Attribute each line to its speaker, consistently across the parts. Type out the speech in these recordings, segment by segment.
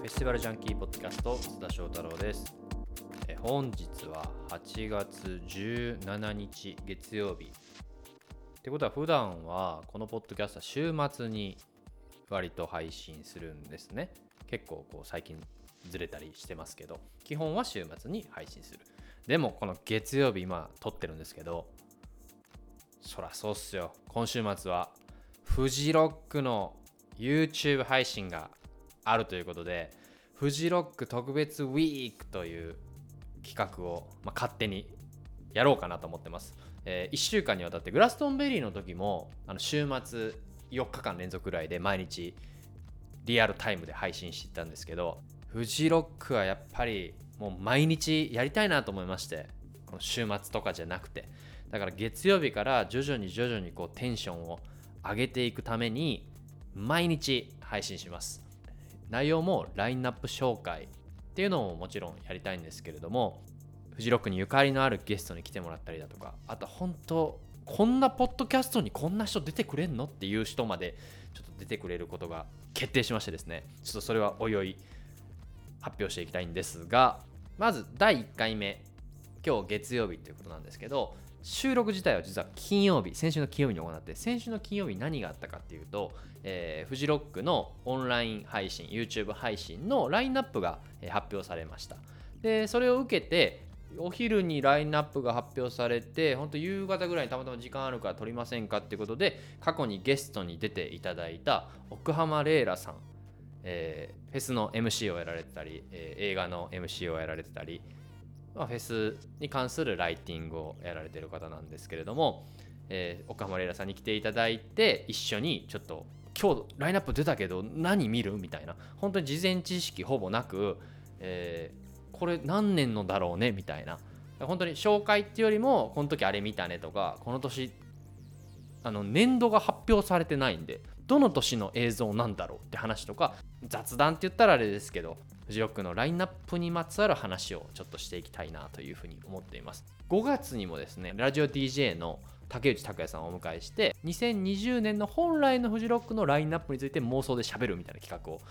Speaker 1: ティバルジャンキーポッドキャスト須田翔太郎ですえー本日は8月17日月曜日ってことは普段はこのポッドキャストは週末に割と配信するんですね結構こう最近ずれたりしてますけど基本は週末に配信するでもこの月曜日今撮ってるんですけどそらそうっすよ今週末はフジロックの YouTube 配信があるということでフジロック特別ウィークという企画を、まあ勝手にやろうかなと思ってます、え1週間にわたってグラストンベリーの時もあの週末4日間連続ぐらいで毎日リアルタイムで配信していったんですけどフジロックはやっぱりもう毎日やりたいなと思いましてこの週末とかじゃなくてだから月曜日から徐々に徐々にこうテンションを上げていくために毎日配信します内容もラインナップ紹介っていうのももちろんやりたいんですけれどもフジロックにゆかりのあるゲストに来てもらったりだとかあと本当こんなポッドキャストにこんな人出てくれんのっていう人までちょっと出てくれることが決定しましてですねちょっとそれはおいおい発表していきたいんですがまず第1回目今日月曜日ということなんですけど収録自体は実は金曜日先週の金曜日に行って先週の金曜日何があったかっていうと、えーフジロックのオンライン配信 YouTube 配信のラインナップがえー発表されましたでそれを受けてお昼にラインナップが発表されて本当夕方ぐらいにたまたま時間あるから撮りませんかっていうことで過去にゲストに出ていただいた奥浜レイラさんえーフェスの MC をやられてたり、えー映画の MC をやられてたり、まあ、フェスに関するライティングをやられてる方なんですけれども、えー岡村レイラさんに来ていただいて一緒にちょっと今日ラインナップ出たけど何見るみたいな本当に事前知識ほぼなく、えーこれ何年のだろうねみたいな本当に紹介っていうよりもこの時あれ見たねとかこの年あの年度が発表されてないんでどの年の映像なんだろうって話とか雑談って言ったらあれですけどフジロックのラインナップにまつわる話をちょっとしていきたいなというふうに思っています5月にもですねラジオ DJ の竹内拓也さんをお迎えして2020年の本来のフジロックのラインナップについて妄想で喋るみたいな企画を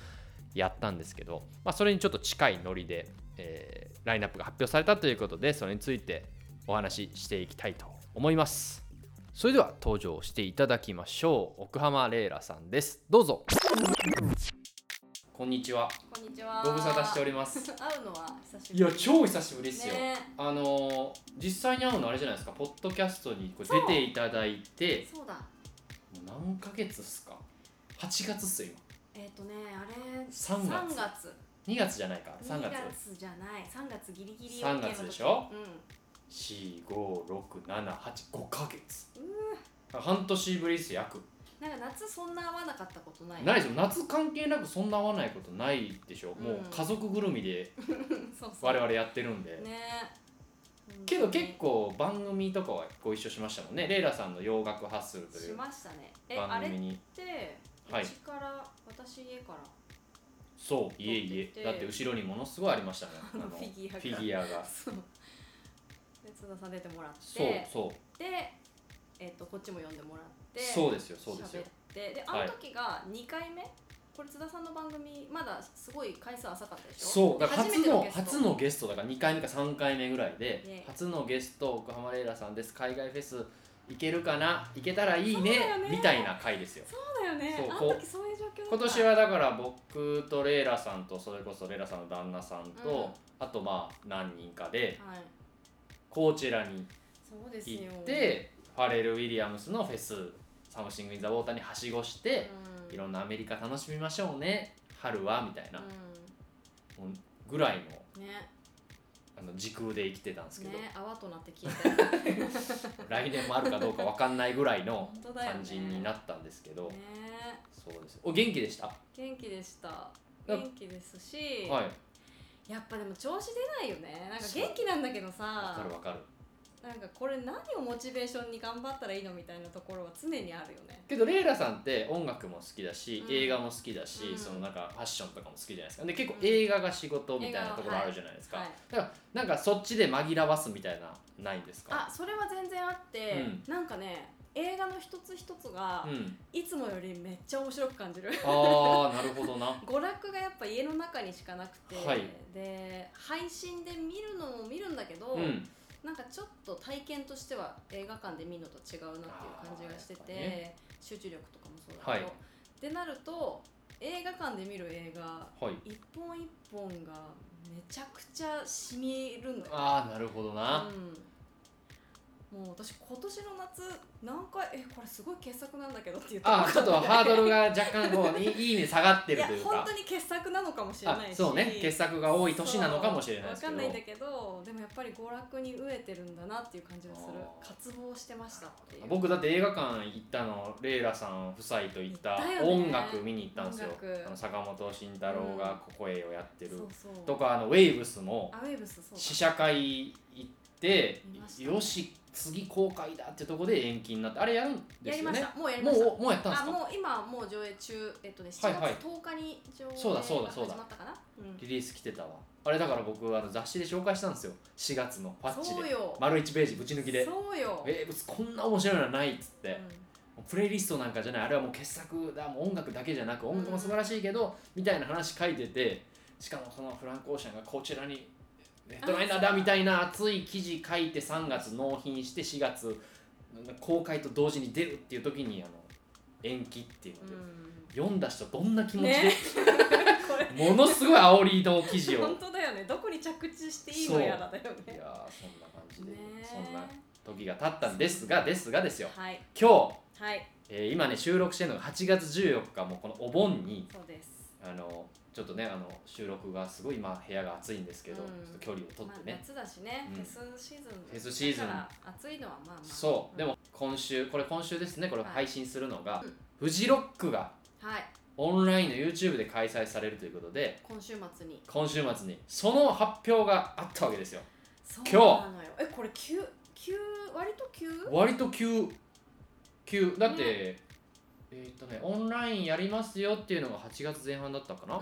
Speaker 1: やったんですけど、まあ、それにちょっと近いノリで、えーラインナップが発表されたということでそれについてお話ししていきたいと思いますそれでは登場していただきましょう奥浜レイラさんですどうぞこんにちは
Speaker 2: こんにちは。
Speaker 1: ご無沙汰しております
Speaker 2: 会うのは久しぶ
Speaker 1: い
Speaker 2: り。
Speaker 1: や超久しぶりですよ、
Speaker 2: ね
Speaker 1: あのー実際に会うのあれじゃないですかポッドキャストにこう出ていただいて
Speaker 2: そうだ。
Speaker 1: もう何ヶ月っすか8月っすよ
Speaker 2: えっ、とね、あれ。
Speaker 1: 三月
Speaker 2: 三月。
Speaker 1: 今2月じゃないか3月
Speaker 2: 二月じゃない。三月ギリギリ。
Speaker 1: 三月でしょ。
Speaker 2: うん。
Speaker 1: 45678ヶ月半年ぶりですよ約
Speaker 2: なんか夏そんな会わなかったことない。
Speaker 1: ない
Speaker 2: い。
Speaker 1: ですよ夏関係なくそんな会わないことないでしょ、もう
Speaker 2: うん
Speaker 1: 家族ぐるみ で
Speaker 2: そうそう。
Speaker 1: 我々やってるんで、
Speaker 2: ね。うん
Speaker 1: けど結。構番組とかはご一緒しましたもんねレイラさんの洋楽ハッスルとい
Speaker 2: し
Speaker 1: う
Speaker 2: ましたね。え、あ
Speaker 1: 番
Speaker 2: れっ
Speaker 1: 組に
Speaker 2: て。
Speaker 1: はいう
Speaker 2: ちから、私家から。
Speaker 1: そういえい
Speaker 2: 撮って
Speaker 1: え
Speaker 2: て
Speaker 1: だって後ろにものすごいありましたねあ
Speaker 2: の
Speaker 1: の
Speaker 2: フィギュアが
Speaker 1: フィギュアが
Speaker 2: そう。で、津田さん出てもらって。
Speaker 1: そうそう
Speaker 2: で。えっ、と、こっちも呼んでもらって。
Speaker 1: そうですよそうですよ
Speaker 2: 喋ってであ
Speaker 1: はい
Speaker 2: の時が2回目、これ津田さんの番組まだすごい回数浅かったでしょ
Speaker 1: そうだから
Speaker 2: 初
Speaker 1: 初
Speaker 2: めて
Speaker 1: の
Speaker 2: の
Speaker 1: 初
Speaker 2: ゲス
Speaker 1: の
Speaker 2: ト
Speaker 1: ゲストだから2回目か3回目ぐらいで、
Speaker 2: ね
Speaker 1: 初のゲスト奥浜レイラさんです海外フェス行けるかな行けたらいいね
Speaker 2: そうだよね
Speaker 1: みたいな回ですよ
Speaker 2: そうだよね
Speaker 1: そう
Speaker 2: あ
Speaker 1: こ
Speaker 2: の
Speaker 1: う
Speaker 2: 時そういう状況だった
Speaker 1: 今年はだから僕とレイラさんとそれこそレイラさんの旦那さんと、
Speaker 2: うん
Speaker 1: あとまあ何人かで
Speaker 2: はい
Speaker 1: こちらに
Speaker 2: そうですよ
Speaker 1: 行ってファレル・ウィリアムスのフェスサムシング・イン・ザ・ウォーターにはしごして、
Speaker 2: うん
Speaker 1: いろんなアメリカ楽しみましょうね春はみたいな、
Speaker 2: う
Speaker 1: もうぐらいの
Speaker 2: んね
Speaker 1: あの時空で生きてたんですけど、
Speaker 2: ね泡となって消 えたよね
Speaker 1: 来年もあるかどうかわかんないぐらい の
Speaker 2: 本当だよね
Speaker 1: 感じになったんですけど、
Speaker 2: ね
Speaker 1: そうですお元気でしたは
Speaker 2: 元気でした元気ですし、
Speaker 1: いわ
Speaker 2: やっぱでも調子出ないよねなんか
Speaker 1: そう
Speaker 2: 元気なんだけどさ
Speaker 1: かるわかる
Speaker 2: なんかこれ何をモチベーションに頑張ったらいいのみたいなところは常にあるよね
Speaker 1: けどレイラさんって音楽も好きだし、
Speaker 2: うん
Speaker 1: 映画も好きだし、
Speaker 2: うん
Speaker 1: そのなんかファッションとかも好きじゃないですかで結構
Speaker 2: うん
Speaker 1: 映画が仕事みたいなところあるじゃないですか、
Speaker 2: はい
Speaker 1: だからなんかそっちで紛らわすみたいなないんですか
Speaker 2: あそれは全然あって、
Speaker 1: う
Speaker 2: なんかね映画の一つ一つが
Speaker 1: う、ん、
Speaker 2: いつもよりめっちゃ面白く感じる
Speaker 1: あーなるほどな
Speaker 2: 娯楽がやっぱ家の中にしかなくて、
Speaker 1: はい
Speaker 2: で配信で見るのも見るんだけど、
Speaker 1: うん
Speaker 2: なんかちょっと体験としては映画館で見るのと違うなっていう感じがして
Speaker 1: あ
Speaker 2: て、
Speaker 1: ーやっぱね
Speaker 2: 集中力とかもそうだけど、
Speaker 1: はい
Speaker 2: ってなると映画館で見る映画
Speaker 1: はい
Speaker 2: 一本一本がめちゃくちゃ染みるんだよ
Speaker 1: ああなるほどな、
Speaker 2: うん、もう私今年の夏何回えこれすごい傑作なんだけどって言った
Speaker 1: ああちょっとハード
Speaker 2: が
Speaker 1: ルが若干こういいいね下がってるという
Speaker 2: いや
Speaker 1: か
Speaker 2: 本当に傑作なのかもしれ
Speaker 1: あ
Speaker 2: ないし
Speaker 1: そうね傑作が多い年なのかもしれないですけど
Speaker 2: そうわかんないんだけどでもやっぱり娯楽に飢えてるんだなっていう感じがする
Speaker 1: あー
Speaker 2: 渇望してましたっていう
Speaker 1: 僕だって映画館行ったのレイラさん夫妻と行った
Speaker 2: 行ったよね
Speaker 1: 音楽見に行ったんですよ
Speaker 2: 音楽
Speaker 1: あの坂本慎太郎が声をやってる、
Speaker 2: そうそう
Speaker 1: とかあのウェイブスも
Speaker 2: アウェイブスそうだ
Speaker 1: 試写会行って
Speaker 2: 見ました
Speaker 1: よし次公開だってとこで延期になってあれやるんで
Speaker 2: や
Speaker 1: す
Speaker 2: り
Speaker 1: よ
Speaker 2: まし
Speaker 1: ね
Speaker 2: たもうやり
Speaker 1: も
Speaker 2: ました
Speaker 1: うもうやったんです
Speaker 2: あ
Speaker 1: か
Speaker 2: もう今はもう上映中えっとね7
Speaker 1: はい
Speaker 2: 月
Speaker 1: はい
Speaker 2: 10日に上映
Speaker 1: そうだそうだ
Speaker 2: が
Speaker 1: そうだ
Speaker 2: 始まったかなうん
Speaker 1: リリース来てたわあれだから僕あの雑誌で紹介したんですよ4月のパッチ
Speaker 2: そう
Speaker 1: で
Speaker 2: よ
Speaker 1: 丸1ページぶち抜きで
Speaker 2: そ
Speaker 1: 「
Speaker 2: う
Speaker 1: ウ
Speaker 2: よ
Speaker 1: ェイブスこんな面白いのはない」っつって、
Speaker 2: うん
Speaker 1: もうプレイリストなんかじゃないあれはもう傑作だもう音楽だけじゃなく音楽も素晴らしいけど、みたいな話書いててしかもそのフランク・オーシャンがこちらにヘッドライナーだみたいな熱い記事書いて3月納品して4月公開と同時に出るっていう時にあの延期っていうので、
Speaker 2: うん
Speaker 1: 読んだ人どんな気持ちで、
Speaker 2: ねこれ
Speaker 1: ものすごい煽りの記 事を
Speaker 2: 本当だよねどこに着地していいのやらだよ
Speaker 1: いやーそん
Speaker 2: ね
Speaker 1: な感じで、
Speaker 2: ね
Speaker 1: そんな時が経ったんですがですがですよ
Speaker 2: はい
Speaker 1: 今日
Speaker 2: はい
Speaker 1: えー今ね収録してるのが8月14日もうこのお盆に
Speaker 2: そうです
Speaker 1: あのちょっとねあの収録がすごい今部屋が暑いんですけど、
Speaker 2: うん
Speaker 1: ちょっと距離を取って
Speaker 2: まあ
Speaker 1: ね、、
Speaker 2: 夏だしね、
Speaker 1: うん
Speaker 2: フェスシーズン
Speaker 1: フェスシーズン
Speaker 2: だから暑いのはまあまあ
Speaker 1: そうで
Speaker 2: も、
Speaker 1: も今週これ今週ですねこれを
Speaker 2: はい
Speaker 1: 配信するのが、
Speaker 2: うん
Speaker 1: フジロックが
Speaker 2: はい
Speaker 1: オンラインの YouTube で開催されるということで
Speaker 2: 今週末に
Speaker 1: 今週末にその発表があったわけですよ
Speaker 2: そ
Speaker 1: 日
Speaker 2: うなのよえこれ急急割と急
Speaker 1: 割と急急だって、えーっとねオンラインやりますよっていうのが8月前半だったかな、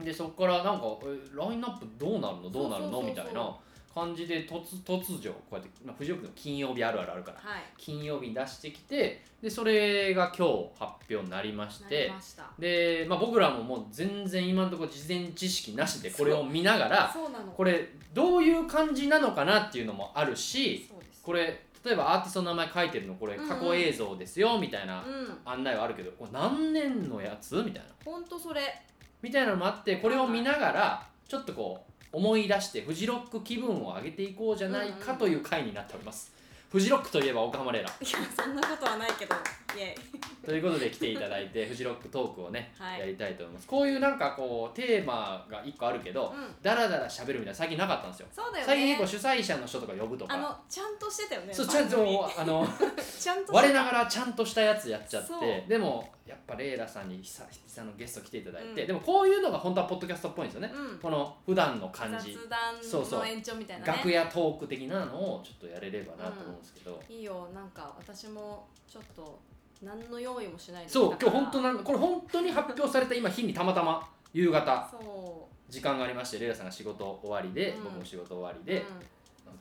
Speaker 2: う
Speaker 1: でそこからなんかえラインナップどうなるのどうなる
Speaker 2: そう
Speaker 1: の
Speaker 2: そうそうそう
Speaker 1: みたいな感じで突突如こうやって、まあ、フジロックの金曜日あるあるあるか
Speaker 2: ん
Speaker 1: ら
Speaker 2: はい
Speaker 1: 金曜日に出してきてでそれが今日発表になりまし
Speaker 2: な
Speaker 1: て
Speaker 2: りました
Speaker 1: で、まあ、僕らももう全然今のところ事前知識なしでこれを見ながら
Speaker 2: そうなの
Speaker 1: これどういう感じなのかなっていうのもあるし
Speaker 2: そうです
Speaker 1: これ例えばアーティストの名前書いてるのこれ過去映像ですよみたいな
Speaker 2: うん
Speaker 1: 案内はあるけどこれ何年のやつみたいな。
Speaker 2: 本当それ
Speaker 1: みたいなのもあってこれを見ながらちょっとこう思い出してフジロック気分を上げていこうじゃないかという回になっております。フジロックといえば岡マレラ
Speaker 2: いやそんなことはないけどイエイ
Speaker 1: ということで来ていただい てフジロックトークをね、
Speaker 2: はい
Speaker 1: やりたいと思いますこういうなんかこうテーマが1個あるけど
Speaker 2: うん
Speaker 1: ダラダラ喋るみたいな最近なかったんですよ
Speaker 2: そうだよね
Speaker 1: 最近結構主催者の人とか呼ぶと
Speaker 2: あ
Speaker 1: か
Speaker 2: のちゃんとしてたよね
Speaker 1: そうちゃん
Speaker 2: 番組
Speaker 1: とあの
Speaker 2: ちゃんと
Speaker 1: 我ながらちゃんとしたやつやっちゃっ
Speaker 2: そう
Speaker 1: てでもやっぱレイラさんに久々のゲスト来ていただいて、
Speaker 2: うん
Speaker 1: でもこういうのが本当はポッドキャストっぽいんですよね、
Speaker 2: うん
Speaker 1: この普段の感じ
Speaker 2: 雑談
Speaker 1: そうそう
Speaker 2: の延長みたいなね
Speaker 1: 楽屋トーク的なのをちょっとやれればなと思うんですけど、
Speaker 2: いいよなんか私もちょっと何の用意もしないで
Speaker 1: そう今日本当
Speaker 2: な
Speaker 1: なんこれ本当に発表された今日にたまたま夕方
Speaker 2: そ
Speaker 1: 時間がありましてレイラさんが仕事終わりで、
Speaker 2: うん
Speaker 1: 僕も仕事終わり
Speaker 2: う
Speaker 1: で
Speaker 2: う、ん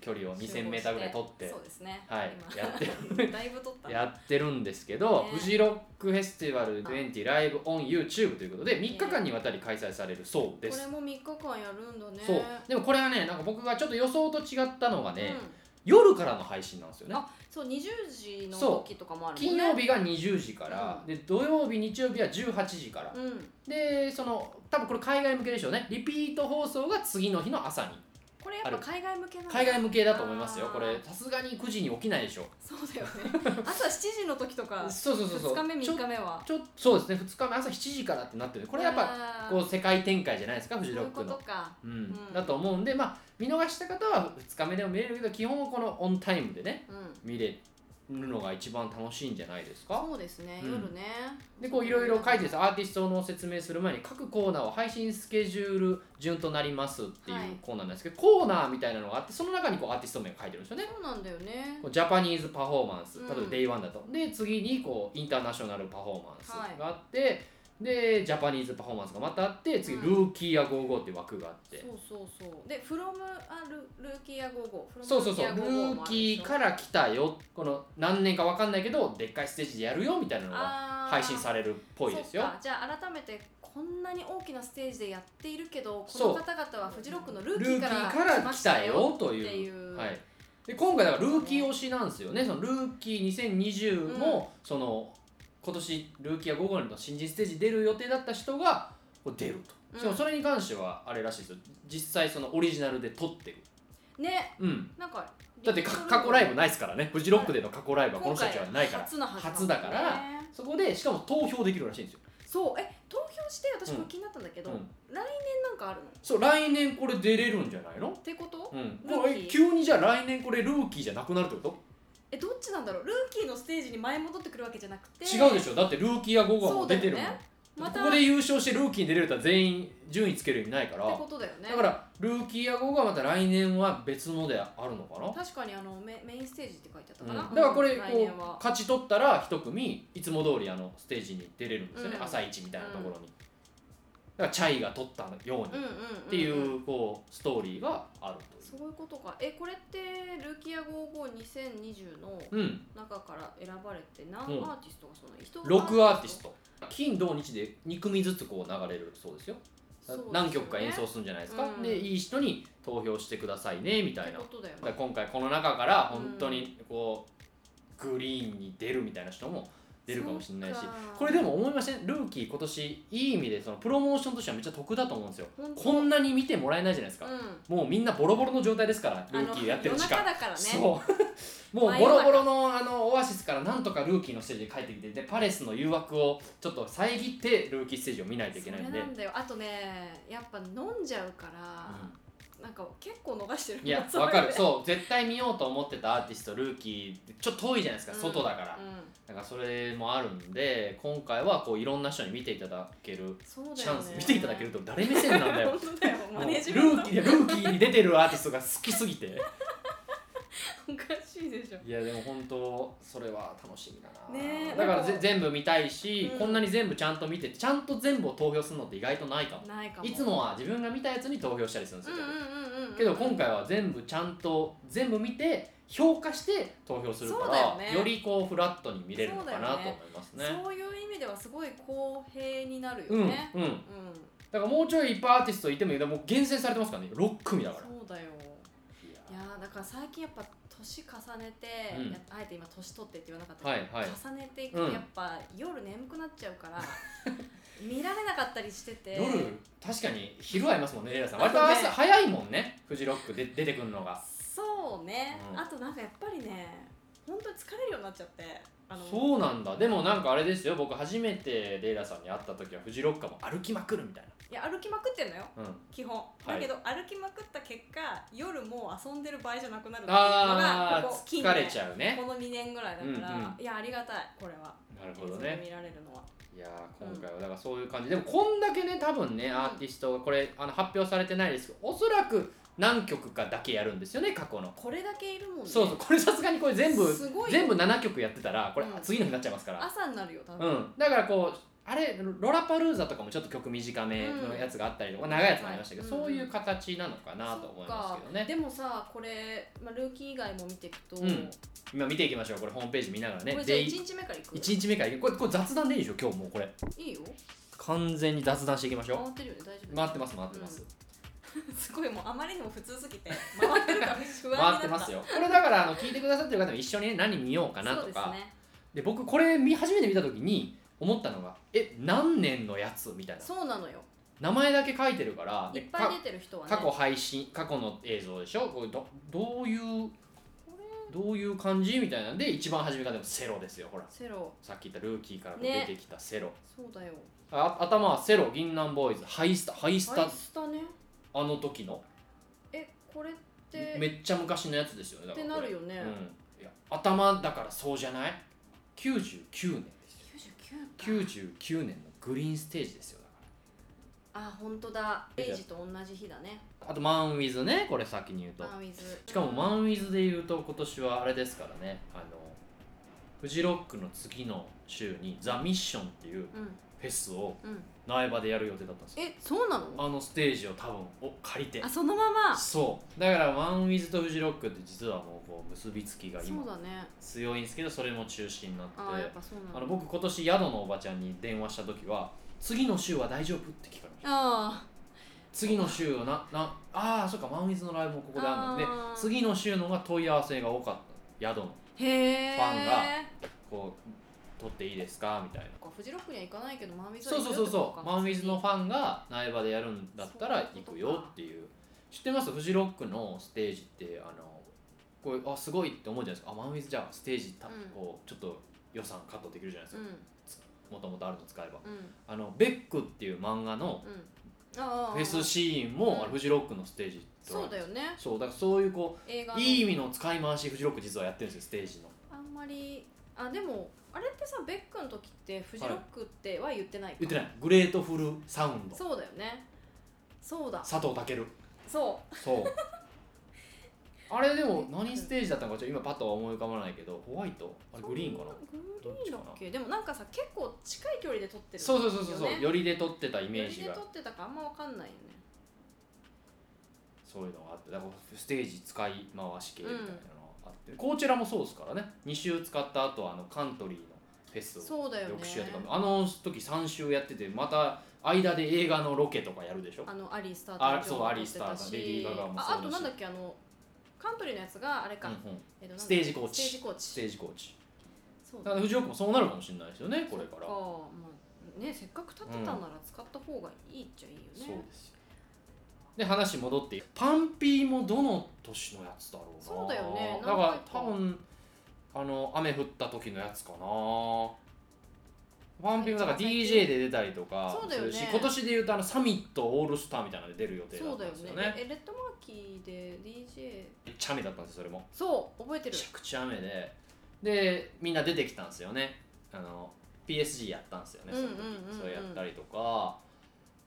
Speaker 1: 距離を 2000m ぐらい取って
Speaker 2: そうですね
Speaker 1: はい
Speaker 2: 今
Speaker 1: やって
Speaker 2: だいぶ取った
Speaker 1: やってるんですけど、
Speaker 2: ね
Speaker 1: フジロックフェスティバル20ライブオン YouTube ということで3日間にわたり開催されるそうで
Speaker 2: これ
Speaker 1: す、
Speaker 2: も3日間やるんだね
Speaker 1: そうでもこれはねなんか僕がちょっと予想と違ったのがね、
Speaker 2: うん
Speaker 1: 夜からの配信なんですよね
Speaker 2: あそう20時の
Speaker 1: そう
Speaker 2: 時とかもあるも
Speaker 1: 金
Speaker 2: んね
Speaker 1: 曜日が20時から、
Speaker 2: うん
Speaker 1: で土曜日日曜日は18時から、
Speaker 2: うん
Speaker 1: でその多分これ海外向けでしょうねリピート放送が次の日の朝に
Speaker 2: これやっぱ海外向けなの
Speaker 1: 海外向けだと思いますよ
Speaker 2: あー
Speaker 1: これさすがに9時に起きないでしょ
Speaker 2: そうだよね 朝7時の時とか
Speaker 1: そうそうそうそう
Speaker 2: 2日目
Speaker 1: ちょ
Speaker 2: 3日目は
Speaker 1: ちょそうですね2日目朝7時からってなってるこれやっぱ
Speaker 2: ぱ
Speaker 1: こう世界展開じゃないですかフジロッ
Speaker 2: そう
Speaker 1: ク
Speaker 2: いうこ
Speaker 1: の
Speaker 2: とか
Speaker 1: うん、
Speaker 2: うん
Speaker 1: だと思うんでまあ見逃した方は2日目でも見れるけど基本はこのオンタイムでね
Speaker 2: うん
Speaker 1: 見れるのが一番楽しいんじゃないですか
Speaker 2: そうですね、
Speaker 1: うん
Speaker 2: 夜ね
Speaker 1: でこういろいろ書いて
Speaker 2: さ
Speaker 1: さアーティストの説明する前に各コーナーを配信スケジュール順となりますっていう
Speaker 2: はい
Speaker 1: コーナーなんですけど、コーナーみたいなのがあってその中にこうアーティスト名が書いてるんですよね
Speaker 2: そうなんだよね
Speaker 1: こうジャパニーズパフォーマンス
Speaker 2: う
Speaker 1: 例
Speaker 2: ん
Speaker 1: えばデイワンだと、で次にこうインターナショナルパフォーマン
Speaker 2: はい
Speaker 1: スがあって、でジャパニーズパフォーマンスがまたあって次、
Speaker 2: うん
Speaker 1: ルーキーや55っていう枠があって
Speaker 2: そうそうそうで「from あルルーキーや55」
Speaker 1: そうそうそうル
Speaker 2: from 55も
Speaker 1: ー
Speaker 2: ある
Speaker 1: キ
Speaker 2: でし
Speaker 1: ー
Speaker 2: ょ
Speaker 1: から来たよこの何年か分かんないけどでっかいステージでやるよみたいなのが
Speaker 2: あー
Speaker 1: 配信されるっぽいですよ
Speaker 2: そっ。かじゃあ改めてこんなに大きなステージでやっているけどこ
Speaker 1: そ
Speaker 2: の
Speaker 1: う
Speaker 2: 方々はフジロックのル
Speaker 1: ルー
Speaker 2: ーキ
Speaker 1: キ
Speaker 2: ー
Speaker 1: ー
Speaker 2: から
Speaker 1: から来たよと
Speaker 2: って
Speaker 1: い。
Speaker 2: いうう
Speaker 1: はい、で今回だからルーキー推しなんですよね。そのルーキー2020も、その今年ルーキーや午後の新人ステージ出る予定だった人がこう出る
Speaker 2: う
Speaker 1: と。
Speaker 2: ん
Speaker 1: しかもそれに関してはあれらしいですよ。実際そのオリジナルで撮ってる。
Speaker 2: ね
Speaker 1: うん。
Speaker 2: なんか
Speaker 1: だってか過去ライブないですからね。フジロックでの過去ライブはこの人たちはないから。
Speaker 2: 今回初の
Speaker 1: 初だからそこでしかも投票できるらしいんですよ。
Speaker 2: そうえ投票して私これ気になったんだけど、
Speaker 1: うん
Speaker 2: 来年なんかあるのっ
Speaker 1: そう来年これ出れるんじゃないの？
Speaker 2: てこと
Speaker 1: うん。
Speaker 2: ルーキー
Speaker 1: これ急にじゃあ来年これルーキーじゃなくなるってこと？
Speaker 2: えどっちなんだろうルーキーのステージに前戻ってくるわけじゃなくて
Speaker 1: 違うでしょだってルーキーや午後はもう出てるもん、
Speaker 2: そうだよねまた
Speaker 1: ここで優勝してルーキーに出れるとは全員順位つける意味ないから
Speaker 2: ってことだよね
Speaker 1: だからルーキーや午後はまた来年は別のであるのかな
Speaker 2: 確かにあのメメインステージって書いてあった
Speaker 1: う
Speaker 2: か
Speaker 1: ん、だ
Speaker 2: な、
Speaker 1: からこれ
Speaker 2: うん
Speaker 1: こ
Speaker 2: 来
Speaker 1: う
Speaker 2: 年は
Speaker 1: 勝ち取ったら一組いつも通りあのステージに出れるんですよね、
Speaker 2: うん
Speaker 1: 朝一みたいなところに、だからチャイが取ったように
Speaker 2: うん
Speaker 1: っ
Speaker 2: うんん
Speaker 1: ていうこうストーリーがあると
Speaker 2: そういうことかえこれってルーキア552020の
Speaker 1: いう、うん、
Speaker 2: 中から選ばれて何ア
Speaker 1: うん
Speaker 2: ーティストがその人
Speaker 1: 6アーティスト金土日で2組ずつこう流れるそうですよ
Speaker 2: そうですよね
Speaker 1: 何曲か演奏するんじゃないですか、
Speaker 2: うん
Speaker 1: でいい人に投票してくださいねみた
Speaker 2: って
Speaker 1: いなだか
Speaker 2: ことだよ
Speaker 1: ら
Speaker 2: ね
Speaker 1: 今回この中から本当にこう、グリーンに出るみたいな人も出るかもしれないし
Speaker 2: そっか
Speaker 1: これでも思いませんルーキー今年いい意味でそのプロモーションとしてはめっちゃ得だと思うんですよ
Speaker 2: 本当
Speaker 1: こんなに見てもらえないじゃないです
Speaker 2: う
Speaker 1: か、
Speaker 2: ん
Speaker 1: もうみんなボロボロの状態ですからルーキーやってる時間
Speaker 2: あの夜中だからね
Speaker 1: そう もうボロボロのあのオアシスからなんとかルーキーのステージに帰ってきてでパレスの誘惑をちょっと遮ってルーキーステージを見ないといけないん
Speaker 2: そ
Speaker 1: で
Speaker 2: れなんだよあとねやっぱ飲んじゃうから、なんか結構逃してる
Speaker 1: いや
Speaker 2: それ
Speaker 1: わかる
Speaker 2: で
Speaker 1: そう絶対見ようと思ってたアーティストルーキーってちょっと遠いじゃないですか、
Speaker 2: うん
Speaker 1: 外だから、
Speaker 2: うん
Speaker 1: だからそれもあるんで今回はこういろんな人に見ていただける
Speaker 2: そうだよね
Speaker 1: チャンス、見ていただけると誰目線なんだよ
Speaker 2: 本当だよ
Speaker 1: も
Speaker 2: マ
Speaker 1: う
Speaker 2: ネ
Speaker 1: ルー
Speaker 2: ージ
Speaker 1: キ
Speaker 2: メント
Speaker 1: ーでルーキーに出てるアーティストが好きすぎて
Speaker 2: おかしいでしょ
Speaker 1: いやでも本当それは楽しみだな、
Speaker 2: ねえ
Speaker 1: だから
Speaker 2: なん
Speaker 1: ぜ
Speaker 2: か
Speaker 1: 全部見たいし、
Speaker 2: うん
Speaker 1: こんなに全部ちゃんと見てちゃんと全部を投票するのって意外とないかも
Speaker 2: ないかも
Speaker 1: いつもは自分が見たやつに投票したりするんで
Speaker 2: う
Speaker 1: す
Speaker 2: ん
Speaker 1: よ、
Speaker 2: うんうんうんうん
Speaker 1: けど今回は全部ちゃんと全部見て評価して投票するか
Speaker 2: そうだよ
Speaker 1: ら
Speaker 2: ね
Speaker 1: よりこうフラットに見れるのかなと思いますね
Speaker 2: そういう意味ではすごい公平になる
Speaker 1: う
Speaker 2: よね
Speaker 1: んうん
Speaker 2: うん、
Speaker 1: だからもうちょいいっぱいアーティストいてもいいけどもう厳選されてますからね6組だから
Speaker 2: そうだよ
Speaker 1: いや
Speaker 2: いやーだから最近やっぱ年重ねて、
Speaker 1: うん
Speaker 2: やっぱあえて今年取ってって言わなかったけど、
Speaker 1: はいはい
Speaker 2: 重ねていくと
Speaker 1: うん
Speaker 2: やっぱ夜眠くなっちゃうから 見られなかったりしてて
Speaker 1: 夜確かに昼合いますもんねレイラさん割と
Speaker 2: あとね
Speaker 1: 朝早いもんねフジロックで出てくるのが
Speaker 2: そうね、
Speaker 1: うん
Speaker 2: あとなんかやっぱりね本当に疲れるようになっちゃってあのう
Speaker 1: そうなんだでもなんかあれですよ僕初めてレイラさんに会った時はフジロックも歩きまくるみたい
Speaker 2: いや歩きまくってんのよ
Speaker 1: な、うん、
Speaker 2: 基本
Speaker 1: い
Speaker 2: だけど、歩きまくった結果夜もう遊んでる場合じゃなくなるっていうのが
Speaker 1: あ
Speaker 2: ここ
Speaker 1: ー
Speaker 2: 近
Speaker 1: 疲れ
Speaker 2: 年
Speaker 1: ちゃうね
Speaker 2: この2年ぐらいだから、
Speaker 1: うん
Speaker 2: いやありがたいこれは
Speaker 1: なる
Speaker 2: 映
Speaker 1: ほ
Speaker 2: 像
Speaker 1: ど
Speaker 2: で
Speaker 1: ね
Speaker 2: 見られるのは、
Speaker 1: いやー今回はだからそういう感じでもこんだけね多分ねアーティストがこれあの発表されてないですけどおそらく何曲かだけやるんですよね過去の
Speaker 2: これだけいるもんね
Speaker 1: そうそうこれさすがにこれ全部
Speaker 2: すごいよ
Speaker 1: 全部7曲やってたらこれ
Speaker 2: うん
Speaker 1: 次の日になっちゃいますから
Speaker 2: 朝になるよ多分、
Speaker 1: うん、だからこうあれロラパルーザとかもちょっと曲短めのやつがあったりとか、
Speaker 2: うん
Speaker 1: 長いやつもありましたけど、
Speaker 2: はい
Speaker 1: そういう形なのかなと思いますけどね、
Speaker 2: でもさこれ、まあ、ルーキー以外も見ていくと、
Speaker 1: うん今見ていきましょうこれホームページ見ながら
Speaker 2: こ
Speaker 1: ね
Speaker 2: れじゃあ
Speaker 1: で
Speaker 2: 1
Speaker 1: い
Speaker 2: 日目からいく
Speaker 1: 一日目からこれこれ雑談でいいでしょ今日もうこれ
Speaker 2: いいよ
Speaker 1: 完全に雑談していきまし
Speaker 2: 回
Speaker 1: ょ
Speaker 2: ってるよね大丈
Speaker 1: う
Speaker 2: 夫
Speaker 1: 回ってます回ってます、
Speaker 2: すごいもうあまりにも普通すぎて回ってるから不安にな
Speaker 1: 回ってますよこれだからあの聞いてくださってる方も一緒にね何見ようかなと
Speaker 2: そうです
Speaker 1: かで,、
Speaker 2: ね
Speaker 1: 僕これ見初めて見た時に思ったのがえ何年のやつみたいな
Speaker 2: そうなのよ
Speaker 1: 名前だけ書いてるから
Speaker 2: い
Speaker 1: で
Speaker 2: っぱい出てる人はね
Speaker 1: 過去配信過去の映像でしょこれどどういうどういう感じみたいなんで一番初めがでもセロですよほら
Speaker 2: セロ
Speaker 1: さっき言ったルーキーからも
Speaker 2: ね
Speaker 1: 出てきたセロ、
Speaker 2: そうだよ
Speaker 1: あ頭はセロ銀杏ボーイズハイスタハイスタ、
Speaker 2: ハイスタね
Speaker 1: あの時の
Speaker 2: えこれって
Speaker 1: めっちゃ昔のやつですよねだから
Speaker 2: ってなるよ
Speaker 1: これ
Speaker 2: ね
Speaker 1: うんいや頭だからそうじゃない ?99 年ですよ
Speaker 2: 99
Speaker 1: 99年のグリーンステージですよだか
Speaker 2: あ本当だレイジと同じ日だね
Speaker 1: らあとマン・ウィズねこれ先に言うと
Speaker 2: マンウィズ
Speaker 1: しかもマン・ウィズで言うと今年はあれですからねあのフジロックの次の週にザ・ミッションっていう
Speaker 2: うん
Speaker 1: フェスを
Speaker 2: うん
Speaker 1: 苗場でやる予定だったんですよ
Speaker 2: えそうなの
Speaker 1: あのステージを多分を借りて
Speaker 2: あそのままそ
Speaker 1: そうだからマン・ウィズとフジロックって実はもうこう結びつきが
Speaker 2: う
Speaker 1: 今
Speaker 2: だね
Speaker 1: 強いんですけどそれも中止になって
Speaker 2: あーやっぱそう
Speaker 1: あ
Speaker 2: な
Speaker 1: の
Speaker 2: の
Speaker 1: 僕今年宿のおばちゃんに電話した時は次の週は大丈夫って聞かれました
Speaker 2: あ
Speaker 1: 次の週はななああそっかマンウィズのライブもここであるので
Speaker 2: あー
Speaker 1: 次の週のが問い合わせが多かった宿の
Speaker 2: ーへえ
Speaker 1: ファンこう取っていいですかみたいな
Speaker 2: フジロックには行かないけどマンウィズ
Speaker 1: そ
Speaker 2: は
Speaker 1: うそうそうそうマンウィズのフ
Speaker 2: ン
Speaker 1: ァンが苗場でやるんだったら行くよっていう知ってますフジロックのステージってあのこれあすごいって思うじゃないですかあマンウィズじゃあステージた、
Speaker 2: うん
Speaker 1: こうちょっと予算カットできるじゃないで
Speaker 2: う
Speaker 1: す
Speaker 2: ん
Speaker 1: かもともとあるの使えば
Speaker 2: うん
Speaker 1: あのベックっていう漫画の
Speaker 2: うんあーあーあー
Speaker 1: フェスシーンも、
Speaker 2: うん
Speaker 1: あれフジロックのステージって
Speaker 2: そうだよね
Speaker 1: そうだからそういうこ
Speaker 2: 映画
Speaker 1: う
Speaker 2: の
Speaker 1: いい意味の使い回しフジロック実はやってるんですよステージの
Speaker 2: あんまりあでもあれってさベックの時ってフジロックっては言ってないか
Speaker 1: 言ってないグレートフルサウンド
Speaker 2: そうだよねそうだ
Speaker 1: 佐藤健
Speaker 2: そ
Speaker 1: そうあれでも何ステージだったのかちょっと今パッとは思い浮かばないけどホワイトあ
Speaker 2: う
Speaker 1: れグリーンかな
Speaker 2: グリーンだっけでもなんかさ結構近い距離で撮ってる
Speaker 1: そうそうそうそうそう、
Speaker 2: よね
Speaker 1: よりで撮ってたイメージ
Speaker 2: 何で
Speaker 1: が
Speaker 2: 撮ってたかあんまわかんないよね
Speaker 1: そういうのがあってだからステージ使い回し系みたいなのがあって、こちらもそうですからね2週使った後はあのカントリーのフェスを
Speaker 2: そうだよね
Speaker 1: 翌週やってかあの時3週やっててまた間で映画のロケとかやるでしょ
Speaker 2: あのアリー・スター
Speaker 1: あ
Speaker 2: 誕生
Speaker 1: そう
Speaker 2: 日も
Speaker 1: アリースター誕生日レディーガガもそうだし
Speaker 2: ああとなんだっけあのカントリーのやつがあれか、
Speaker 1: うんうん
Speaker 2: えっとなんだっけ
Speaker 1: ステージコーチ
Speaker 2: ステージコーチ
Speaker 1: ステージコーチ
Speaker 2: そう
Speaker 1: だ
Speaker 2: だ
Speaker 1: から藤岡もそうなるかもしれないですよねこれから
Speaker 2: ああまあねせっかく立ってたなら使った方がいいっちゃいいよね、
Speaker 1: そうですよで話戻ってパンピーもどの年のやつだろうな
Speaker 2: そうだよね
Speaker 1: だから
Speaker 2: 何回か
Speaker 1: 多分あの雨降った時のやつかなパンピーもだから
Speaker 2: 一番最近
Speaker 1: DJ で出たりとか
Speaker 2: そうだ
Speaker 1: す
Speaker 2: よね
Speaker 1: るし、今年でいうとあのサミットオールスターみたいなので出る予定だ
Speaker 2: そ
Speaker 1: っ
Speaker 2: う
Speaker 1: たん
Speaker 2: だよ
Speaker 1: ですよ
Speaker 2: ね
Speaker 1: ね
Speaker 2: えレッドマーキーで DJ
Speaker 1: めっちゃ雨だったんですよそれも
Speaker 2: そう覚えて
Speaker 1: め
Speaker 2: る
Speaker 1: ちゃくちゃ雨ででみんな出てきたんですよねあの PSG やったんですよねその時、
Speaker 2: うんうんうんうん
Speaker 1: それやったりとか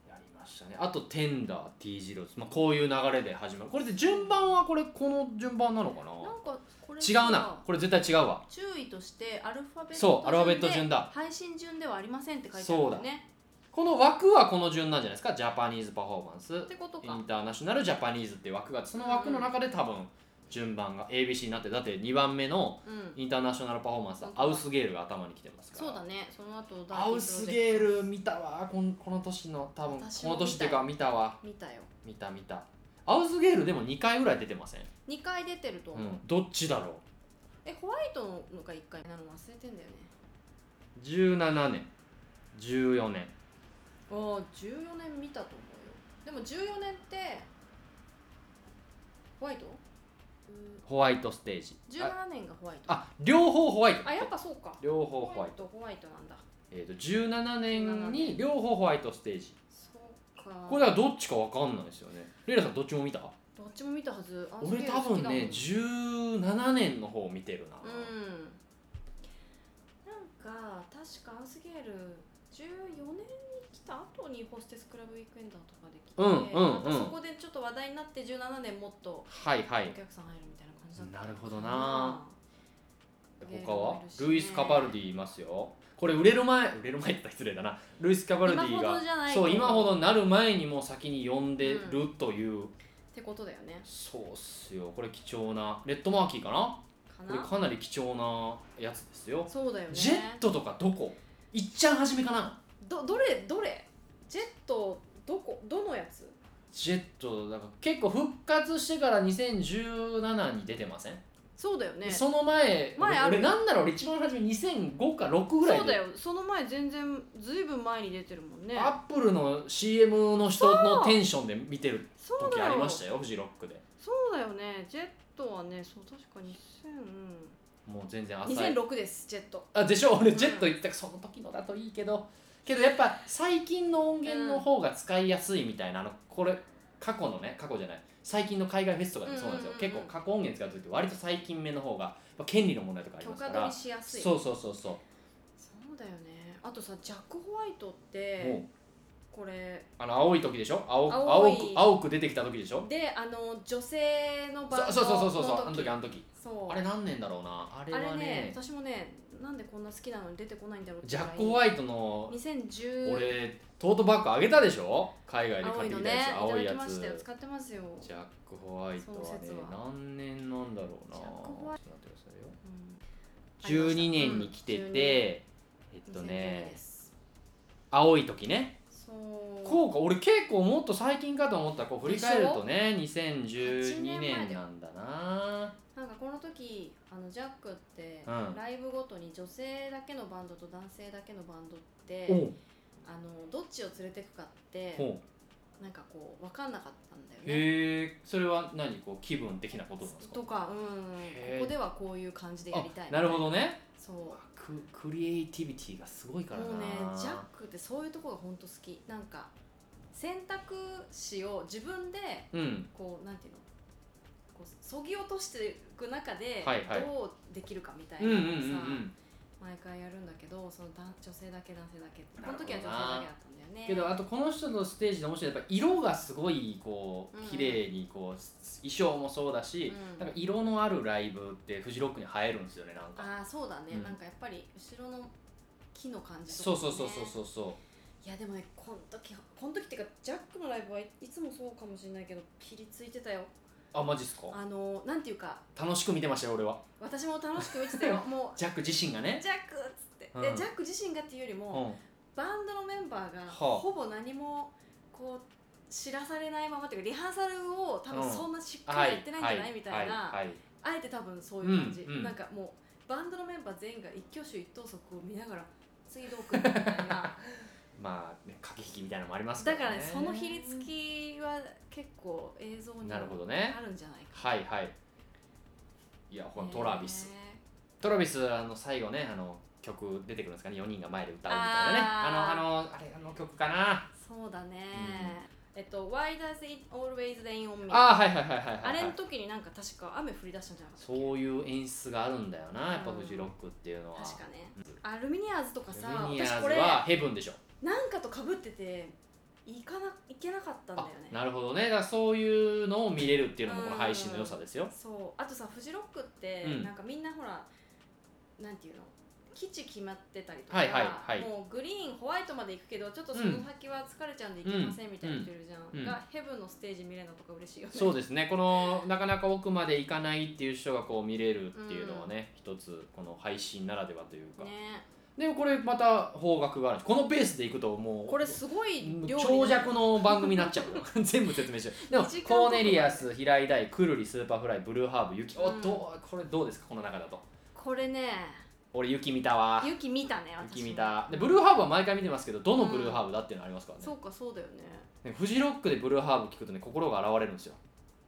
Speaker 1: やりましたねあと「テンダー T 字路」まあ、こういう流れで始まるこれで順番はこれこの順番なのかな
Speaker 2: なんかこれ
Speaker 1: 違うなこれ絶対違うわ
Speaker 2: 注意としてアルファベット順で
Speaker 1: そうアルファベット順だ
Speaker 2: 配信順ではありませんって書いてあるよね
Speaker 1: この枠はこの順なんじゃないですかジャパニーズパフォーマンス
Speaker 2: ってこと
Speaker 1: イ
Speaker 2: か
Speaker 1: ンターナショナルジャパニーズっていう枠があってその枠の中で多分順番が ABC になってだって2番目の
Speaker 2: うん
Speaker 1: インターナショナルパフォーマンスはアウスゲールが頭に来てますから
Speaker 2: そうだねその後
Speaker 1: アウスゲール見たわこのこの年の多分
Speaker 2: 私
Speaker 1: こ
Speaker 2: も
Speaker 1: の年っていうか見たわ
Speaker 2: 見たよ
Speaker 1: 見た見たアウスゲールでも2回ぐらい出てません、
Speaker 2: 2回出てると
Speaker 1: う
Speaker 2: 思う、
Speaker 1: ん、どっちだろ
Speaker 2: えホワイトのが1回なの忘れてんだよね
Speaker 1: う17年14年
Speaker 2: ああ14年見たと思うよでも14年ってホワイトう
Speaker 1: ホワイトステージ
Speaker 2: ー
Speaker 1: あ
Speaker 2: 17年がホワイトあ
Speaker 1: あ両方ホワイト
Speaker 2: やっぱそうか
Speaker 1: 両
Speaker 2: ホ
Speaker 1: 方ホ
Speaker 2: ワ
Speaker 1: ワイ
Speaker 2: イ
Speaker 1: ト、
Speaker 2: トホワイトなんだ
Speaker 1: えー、と17年
Speaker 2: 17
Speaker 1: に両方ホワイトステージ
Speaker 2: そうか
Speaker 1: これはどっちか分かんないですよねレイラさんどっちも見た
Speaker 2: どっちも見たはずアンス
Speaker 1: 俺
Speaker 2: ケール
Speaker 1: 多
Speaker 2: 好き
Speaker 1: 分
Speaker 2: だもん
Speaker 1: ね17年の方を見てるな、
Speaker 2: うんなんか確かアンスゲール14年に来た後にホステスクラブウィークエンダーとかで来て、
Speaker 1: うんうんうん
Speaker 2: またそこでちょっと話題になって17年もっと
Speaker 1: はいはい
Speaker 2: お客さん入るみたいな感じだった
Speaker 1: なるほどな
Speaker 2: ゲー
Speaker 1: 他
Speaker 2: ム
Speaker 1: は
Speaker 2: もいるしね
Speaker 1: ルイス・カバルディいますよこれ売れる前売れる前って言ったら失礼だなルイス・カバルディ
Speaker 2: 今ほど
Speaker 1: が
Speaker 2: じゃない
Speaker 1: そう今ほ
Speaker 2: っ
Speaker 1: どなる前にもう先に呼んでる
Speaker 2: う
Speaker 1: という、
Speaker 2: てことだよね
Speaker 1: そうっすよこれ貴重なレッドマーキーかな
Speaker 2: か
Speaker 1: これ
Speaker 2: な
Speaker 1: かなり貴重なやつですよ
Speaker 2: そうだよね
Speaker 1: ジェットとかどこいっちゃん初めかな
Speaker 2: どどれどれジェットどこどのやつ
Speaker 1: ジェットだから結構復活してから2017に出てません、
Speaker 2: そうだよね
Speaker 1: その前
Speaker 2: 前ある
Speaker 1: 俺なんなら俺一番初め2005か6ぐらいで
Speaker 2: そうだよその前全然ずいぶん前に出てるもんね
Speaker 1: アップルの CM の人のテンションで見てる
Speaker 2: そう
Speaker 1: 時
Speaker 2: だ
Speaker 1: あ
Speaker 2: よ
Speaker 1: りましたよフジロックで
Speaker 2: そうだよねジェットはねそう確か
Speaker 1: もう全然
Speaker 2: 2000
Speaker 1: 浅い
Speaker 2: 2006ですジェット
Speaker 1: あでしょ俺ジェット行ったその時のだといいけどけどやっぱ最近の音源の方が使いやすいみたいなあのこれ過去のね過去じゃない最近の海外フェスとかでもそうなんですよ、
Speaker 2: うんうんうんうん
Speaker 1: 結構過去音源使う時って割と最近目の方が、まあ、権利の問題とかあり
Speaker 2: 許
Speaker 1: ますか
Speaker 2: 可取
Speaker 1: ら
Speaker 2: りしやすい
Speaker 1: そうそうそうそう
Speaker 2: そうだよねあとさジャック・ホワイトっ
Speaker 1: もう
Speaker 2: てこれ
Speaker 1: あの青い時でしょ青く
Speaker 2: 青い
Speaker 1: 青く青く出てきた時でしょ
Speaker 2: であの女性のバンド
Speaker 1: そ
Speaker 2: の
Speaker 1: そうそうそうそうそうあの時
Speaker 2: 時
Speaker 1: あの時
Speaker 2: そう
Speaker 1: あれ何年だろうなあれ
Speaker 2: あ
Speaker 1: は
Speaker 2: れね
Speaker 1: ね
Speaker 2: 私もねなんでこんな好きなのに出てこないんだろうって
Speaker 1: ジャック・
Speaker 2: ぐ
Speaker 1: ホ
Speaker 2: らい
Speaker 1: ワイトの
Speaker 2: 2010
Speaker 1: 俺トートバッグあげたでしょ海外で
Speaker 2: 青
Speaker 1: 買っ
Speaker 2: い
Speaker 1: て
Speaker 2: の
Speaker 1: きた
Speaker 2: ね
Speaker 1: やつ青い
Speaker 2: いた
Speaker 1: や
Speaker 2: だきま
Speaker 1: つ
Speaker 2: したよ使ってますよ、う
Speaker 1: ジャック・ホワイトはね
Speaker 2: その説は
Speaker 1: 何年なんだろうな
Speaker 2: ジ
Speaker 1: ち
Speaker 2: ャ
Speaker 1: ょっ
Speaker 2: ッ
Speaker 1: と
Speaker 2: クホワ
Speaker 1: 待
Speaker 2: イ
Speaker 1: ってくださいよ
Speaker 2: ん、
Speaker 1: 12年に来てて、えっと
Speaker 2: 2010
Speaker 1: ね
Speaker 2: です
Speaker 1: 青い時ね
Speaker 2: そう
Speaker 1: こうか俺結構もっと最近かと思ったこう振り返るとね2012年なんだな
Speaker 2: なんかこの時あのジャックって、
Speaker 1: うん
Speaker 2: ライブごとに女性だけのバンドと男性だけのバンドって
Speaker 1: おう
Speaker 2: あのどっちを連れてくかって
Speaker 1: ほ
Speaker 2: なんかこう分かんなかったんだよ
Speaker 1: う
Speaker 2: ね。
Speaker 1: へえそれは何こう気分的なことなんですか
Speaker 2: とか、うん、
Speaker 1: へー
Speaker 2: ここではこういう感じでやりたい
Speaker 1: あなるほどね
Speaker 2: そう
Speaker 1: ククリエイティビティがすごいからな
Speaker 2: もうねジャックってそういうところが本当好きなんか選択肢を自分で
Speaker 1: うん
Speaker 2: こうなんていうのこうそぎ落としていく中で
Speaker 1: はいはい
Speaker 2: どうできるかみたい
Speaker 1: うん
Speaker 2: な
Speaker 1: うん
Speaker 2: の
Speaker 1: う
Speaker 2: を
Speaker 1: ん
Speaker 2: さ、
Speaker 1: うん
Speaker 2: 毎回やるんだけどその男女性だけ男性だけ
Speaker 1: なるほ
Speaker 2: この
Speaker 1: どな
Speaker 2: 時は女性だけだったんだよね
Speaker 1: けどあとこの人のステージで面白いのはやっぱ色がすごいこ
Speaker 2: う
Speaker 1: う
Speaker 2: ん
Speaker 1: 綺麗にこう衣装もそうだし、
Speaker 2: うん
Speaker 1: なんか色のあるライブってフジロックに映えるんですよねなんか
Speaker 2: ああそうだね、
Speaker 1: うん
Speaker 2: なんかやっぱり後ろの木の感じとか、
Speaker 1: そ
Speaker 2: ね、
Speaker 1: うそうそうそうそうそ
Speaker 2: いやでもねこの時この時っていうかジャックのライブはいいつもそうかもしれないけどピリついてたよ
Speaker 1: うあマジっすか
Speaker 2: あのなんていうか
Speaker 1: 楽しく見てましたよ俺は
Speaker 2: 私も楽しく見てた よも
Speaker 1: ジャック自身が
Speaker 2: う
Speaker 1: ね
Speaker 2: ジャックっつって、
Speaker 1: うん
Speaker 2: でジャック自身がっていうより
Speaker 1: う
Speaker 2: も、
Speaker 1: ん
Speaker 2: バンドのメンバーが
Speaker 1: はあ
Speaker 2: ほぼ何もこう知らされないままっていうかリハーサルを多
Speaker 1: うん
Speaker 2: 分そんなしっかりやってないんじゃない、みたいな、
Speaker 1: はいはい
Speaker 2: あえて多分そういう感じ、
Speaker 1: うんうん
Speaker 2: なんかもうバンドのメンバー全員が一挙手一投足を見 ながら次どうくるみたいな
Speaker 1: まあね駆け引きみたいなのもありますか
Speaker 2: だ
Speaker 1: ら
Speaker 2: か
Speaker 1: ね
Speaker 2: らねその比率きは結構映像に
Speaker 1: なるほどね
Speaker 2: あるんじゃないか
Speaker 1: はいはいいやこの
Speaker 2: ね
Speaker 1: トラビス、トラビスあの最後ねあの曲出てくるんですかね4人が前で歌うみたいなねあ
Speaker 2: あー
Speaker 1: のあのあれあの曲かな
Speaker 2: そうだね、えっと「Why does it always rain on me」
Speaker 1: ああはいはいはいはいはい、はい、
Speaker 2: あれの時になんか確か雨降り出したんじゃなかったっけ
Speaker 1: そういう演出があるんだよなやっぱ
Speaker 2: うん
Speaker 1: フジロックっていうのは
Speaker 2: 確かね
Speaker 1: うん
Speaker 2: アルミニアーズとかさ
Speaker 1: ルミニア
Speaker 2: 私
Speaker 1: ー
Speaker 2: こ
Speaker 1: ズ
Speaker 2: れ
Speaker 1: はヘブンでしょ
Speaker 2: なんかとかぶってて行かな行けなかったんだよ
Speaker 1: あ
Speaker 2: ね
Speaker 1: なるほどねだからそういうのを見れるっていうのもこの
Speaker 2: うん
Speaker 1: 配信の良さですよ
Speaker 2: そうあとさフジロックって、
Speaker 1: うん
Speaker 2: なんかみんなほらなんていうの基地決まってたりとか、
Speaker 1: はいはいはい
Speaker 2: もうグリーンホワイトまで行くけどちょっとその先は疲れちゃうんで行けませんみたいな人いるじゃん、
Speaker 1: うん
Speaker 2: がヘブンのステージ見れるのとか嬉しいよね
Speaker 1: そうですねこのなかなか奥まで行かないっていう人がこう見れるっていうのはね、一つこの配信ならではというか、
Speaker 2: ね
Speaker 1: でもこれまた方角があるこのペースでいくともう
Speaker 2: これすごい量に
Speaker 1: 長尺の番組になっちゃう よ全部説明しちゃ うでも
Speaker 2: 二時間
Speaker 1: コーネリアス平井大くるりスーパーフライブルーハーブユキお
Speaker 2: うん
Speaker 1: どうこれどうですかこの中だと
Speaker 2: これね
Speaker 1: 俺ユキ見たわ
Speaker 2: 雪見たね
Speaker 1: ユ
Speaker 2: 私
Speaker 1: キ
Speaker 2: も
Speaker 1: 見たでブルーハーブは毎回見てますけどどのブルーハーブだっていうのありますからね,、
Speaker 2: そうかそうだよね
Speaker 1: ねフジロックでブルーハーブ聞くとね心が現れるんですよ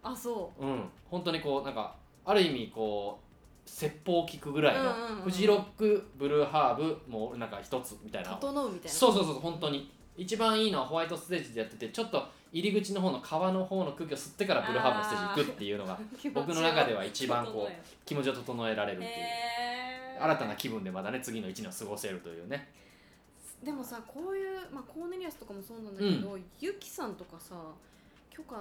Speaker 2: あそ
Speaker 1: うん本当にこうなんかある意味こう説法を聞くぐらいの、
Speaker 2: うんうんうん
Speaker 1: フジロックブルーハーブもうなんか一つみたいうな
Speaker 2: 整うみたいな
Speaker 1: そうそうそう本当に一番いいのはホワイトステージでやっててちょっと入り口の方の川の方の空気を吸ってからブルーハーブのステージ行くっていうの が
Speaker 2: 気持ち
Speaker 1: 僕の中では一番 こ
Speaker 2: 整え
Speaker 1: う気持ちを整えられるっていう、
Speaker 2: へー
Speaker 1: 新たな気分でまたね次の一年を過ごせるというね
Speaker 2: でもさこういう、まあ、コーネリアスとかもそうなんだけど、ユキさんとかさ許可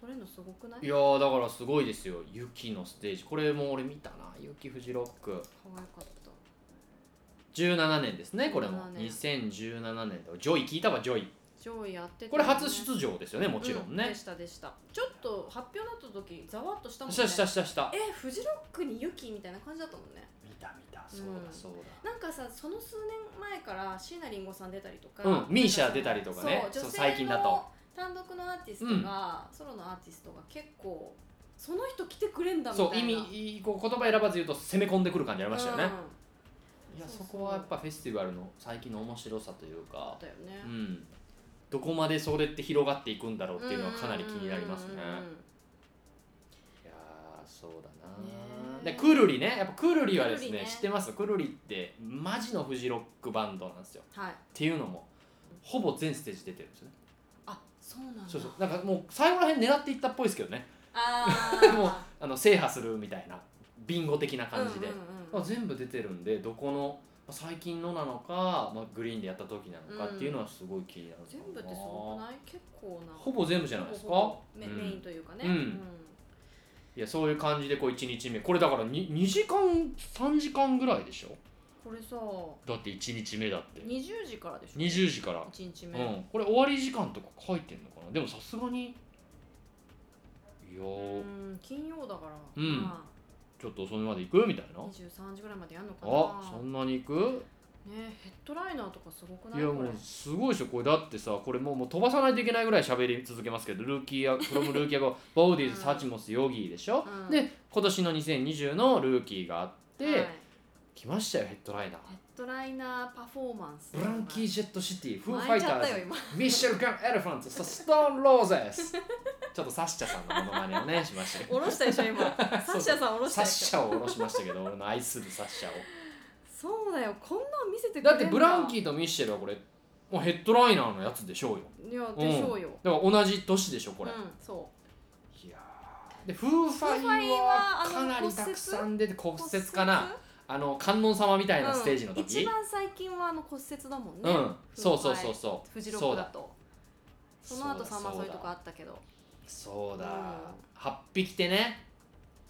Speaker 2: 取れるのすごくない
Speaker 1: いやーだからすごいですよ雪のステージこれも俺見たな雪フジロック
Speaker 2: 可愛かった
Speaker 1: 17年ですねこれも
Speaker 2: 17年
Speaker 1: 2017年だジョイ聞いたわジョイ
Speaker 2: 上位やってて、
Speaker 1: これ初出場ですよねもちろん
Speaker 2: う
Speaker 1: ね
Speaker 2: で、したでしたちょっと発表になった時ざわっとしたもん
Speaker 1: し
Speaker 2: ね
Speaker 1: たしたしたした
Speaker 2: えフジロックにユキみたいな感じだったもんね
Speaker 1: 見た見たそうだ
Speaker 2: うん
Speaker 1: そうだ、
Speaker 2: なんかさその数年前から椎名林檎さん出たりとか、
Speaker 1: うんミーシャ出たりとかねそ
Speaker 2: そう
Speaker 1: う
Speaker 2: 女性の
Speaker 1: 最近だと
Speaker 2: 単独のアーティストが、ソロのアーティストが結構その人来てくれんだみたい
Speaker 1: そ
Speaker 2: な
Speaker 1: う意味こう言葉選ばず言うと攻め込んでくる感じありましたよね、
Speaker 2: うん
Speaker 1: いや
Speaker 2: う
Speaker 1: そうこはやっぱフェスティバルの最近の面白さというか
Speaker 2: だよね、
Speaker 1: うんどこまでそれって広がっていくんだろうっていうのはかなり気になりますね
Speaker 2: うんうんうんうん
Speaker 1: いやーそうだ
Speaker 2: ね
Speaker 1: な
Speaker 2: え
Speaker 1: でくるりねやっぱくるりはですね
Speaker 2: くるりね
Speaker 1: 知ってますくるりってマジのフジロックバンドなんですよ
Speaker 2: はい
Speaker 1: っていうのもほぼ全ステージ出てるんですよね
Speaker 2: あそそうなんだ
Speaker 1: そうそうなんかもう最後らへん狙っていったっぽいですけどね
Speaker 2: あ
Speaker 1: もうあの制覇するみたいなビンゴ的な
Speaker 2: あ
Speaker 1: 感じで、まあ、全部出てるんでどこのまあ最近のなのか、まあ、グリーンでやった時なのかっていうのはすごい気になるか
Speaker 2: 全
Speaker 1: な
Speaker 2: 部ってすごくない結構な
Speaker 1: ほぼ全部じゃないですか
Speaker 2: メ
Speaker 1: うん
Speaker 2: メインというかね
Speaker 1: うんいやそういう感じでこう1日目これだから 2, 2時間3時間ぐらいでしょ
Speaker 2: これさ
Speaker 1: だって1日目だって
Speaker 2: 20時からでしょ
Speaker 1: 20時から、
Speaker 2: 1日
Speaker 1: う
Speaker 2: 目、
Speaker 1: ん、これ終わり時間とか書いてんのかなでもさすがにいやー
Speaker 2: うん金曜だから、
Speaker 1: うん
Speaker 2: ま
Speaker 1: ちょっと遅めまで行くみたい
Speaker 2: あ、
Speaker 1: な
Speaker 2: 23時ぐらいまでやんのかな
Speaker 1: あそんなに行く
Speaker 2: ねヘッドライナーとかすごくない
Speaker 1: いや
Speaker 2: こ
Speaker 1: も
Speaker 2: れ
Speaker 1: うすごいでしょこれだってさこれもうもう飛ばさないといけないぐらい喋り続けますけどルーキーやプロム ルーキーがボーディーズサチモスヨギーでしょ、
Speaker 2: うん
Speaker 1: で今年の2020のルーキーがあって、
Speaker 2: はい
Speaker 1: 来ましたよヘッドライナー
Speaker 2: ヘッドライナーパフォーマンス
Speaker 1: ブランキー・ジェット・シティフー・ファ
Speaker 2: 巻い
Speaker 1: イ
Speaker 2: ち
Speaker 1: タ
Speaker 2: ゃっ
Speaker 1: ー
Speaker 2: た
Speaker 1: ズ
Speaker 2: よ今
Speaker 1: ミッシェル・ガン・エレファントそしてストーン・ローゼスちょっとサッシャさんのモノマネをねしましたけど
Speaker 2: 下ろしたでしょ今 サッシャさん下ろし
Speaker 1: サ
Speaker 2: た
Speaker 1: ッ
Speaker 2: でしょ
Speaker 1: シャを下ろしましたけど俺の愛するサッシャを
Speaker 2: そうだよこんなん見せてくれ
Speaker 1: だってブランキ
Speaker 2: ー
Speaker 1: ーとミッシェルはこれもうヘッドライナーのやつでしょうよ
Speaker 2: いやでしょうよ、
Speaker 1: だから同じ年でしょこれ、
Speaker 2: うんそ
Speaker 1: いやーでフーファイは
Speaker 2: フーファイはあ
Speaker 1: か
Speaker 2: の
Speaker 1: なりたくさん出て
Speaker 2: う
Speaker 1: 骨折かなあの観音様みたいなステージの
Speaker 2: うん、一
Speaker 1: 時
Speaker 2: 番最近はあの骨折だもん
Speaker 1: う
Speaker 2: ね、
Speaker 1: ん、
Speaker 2: フーファイ
Speaker 1: そうそうそうそう
Speaker 2: フジロッ
Speaker 1: そ
Speaker 2: ク
Speaker 1: う
Speaker 2: だ
Speaker 1: だ
Speaker 2: とその後サマソイとかあったけど
Speaker 1: そうだ、
Speaker 2: うん
Speaker 1: 8匹手ね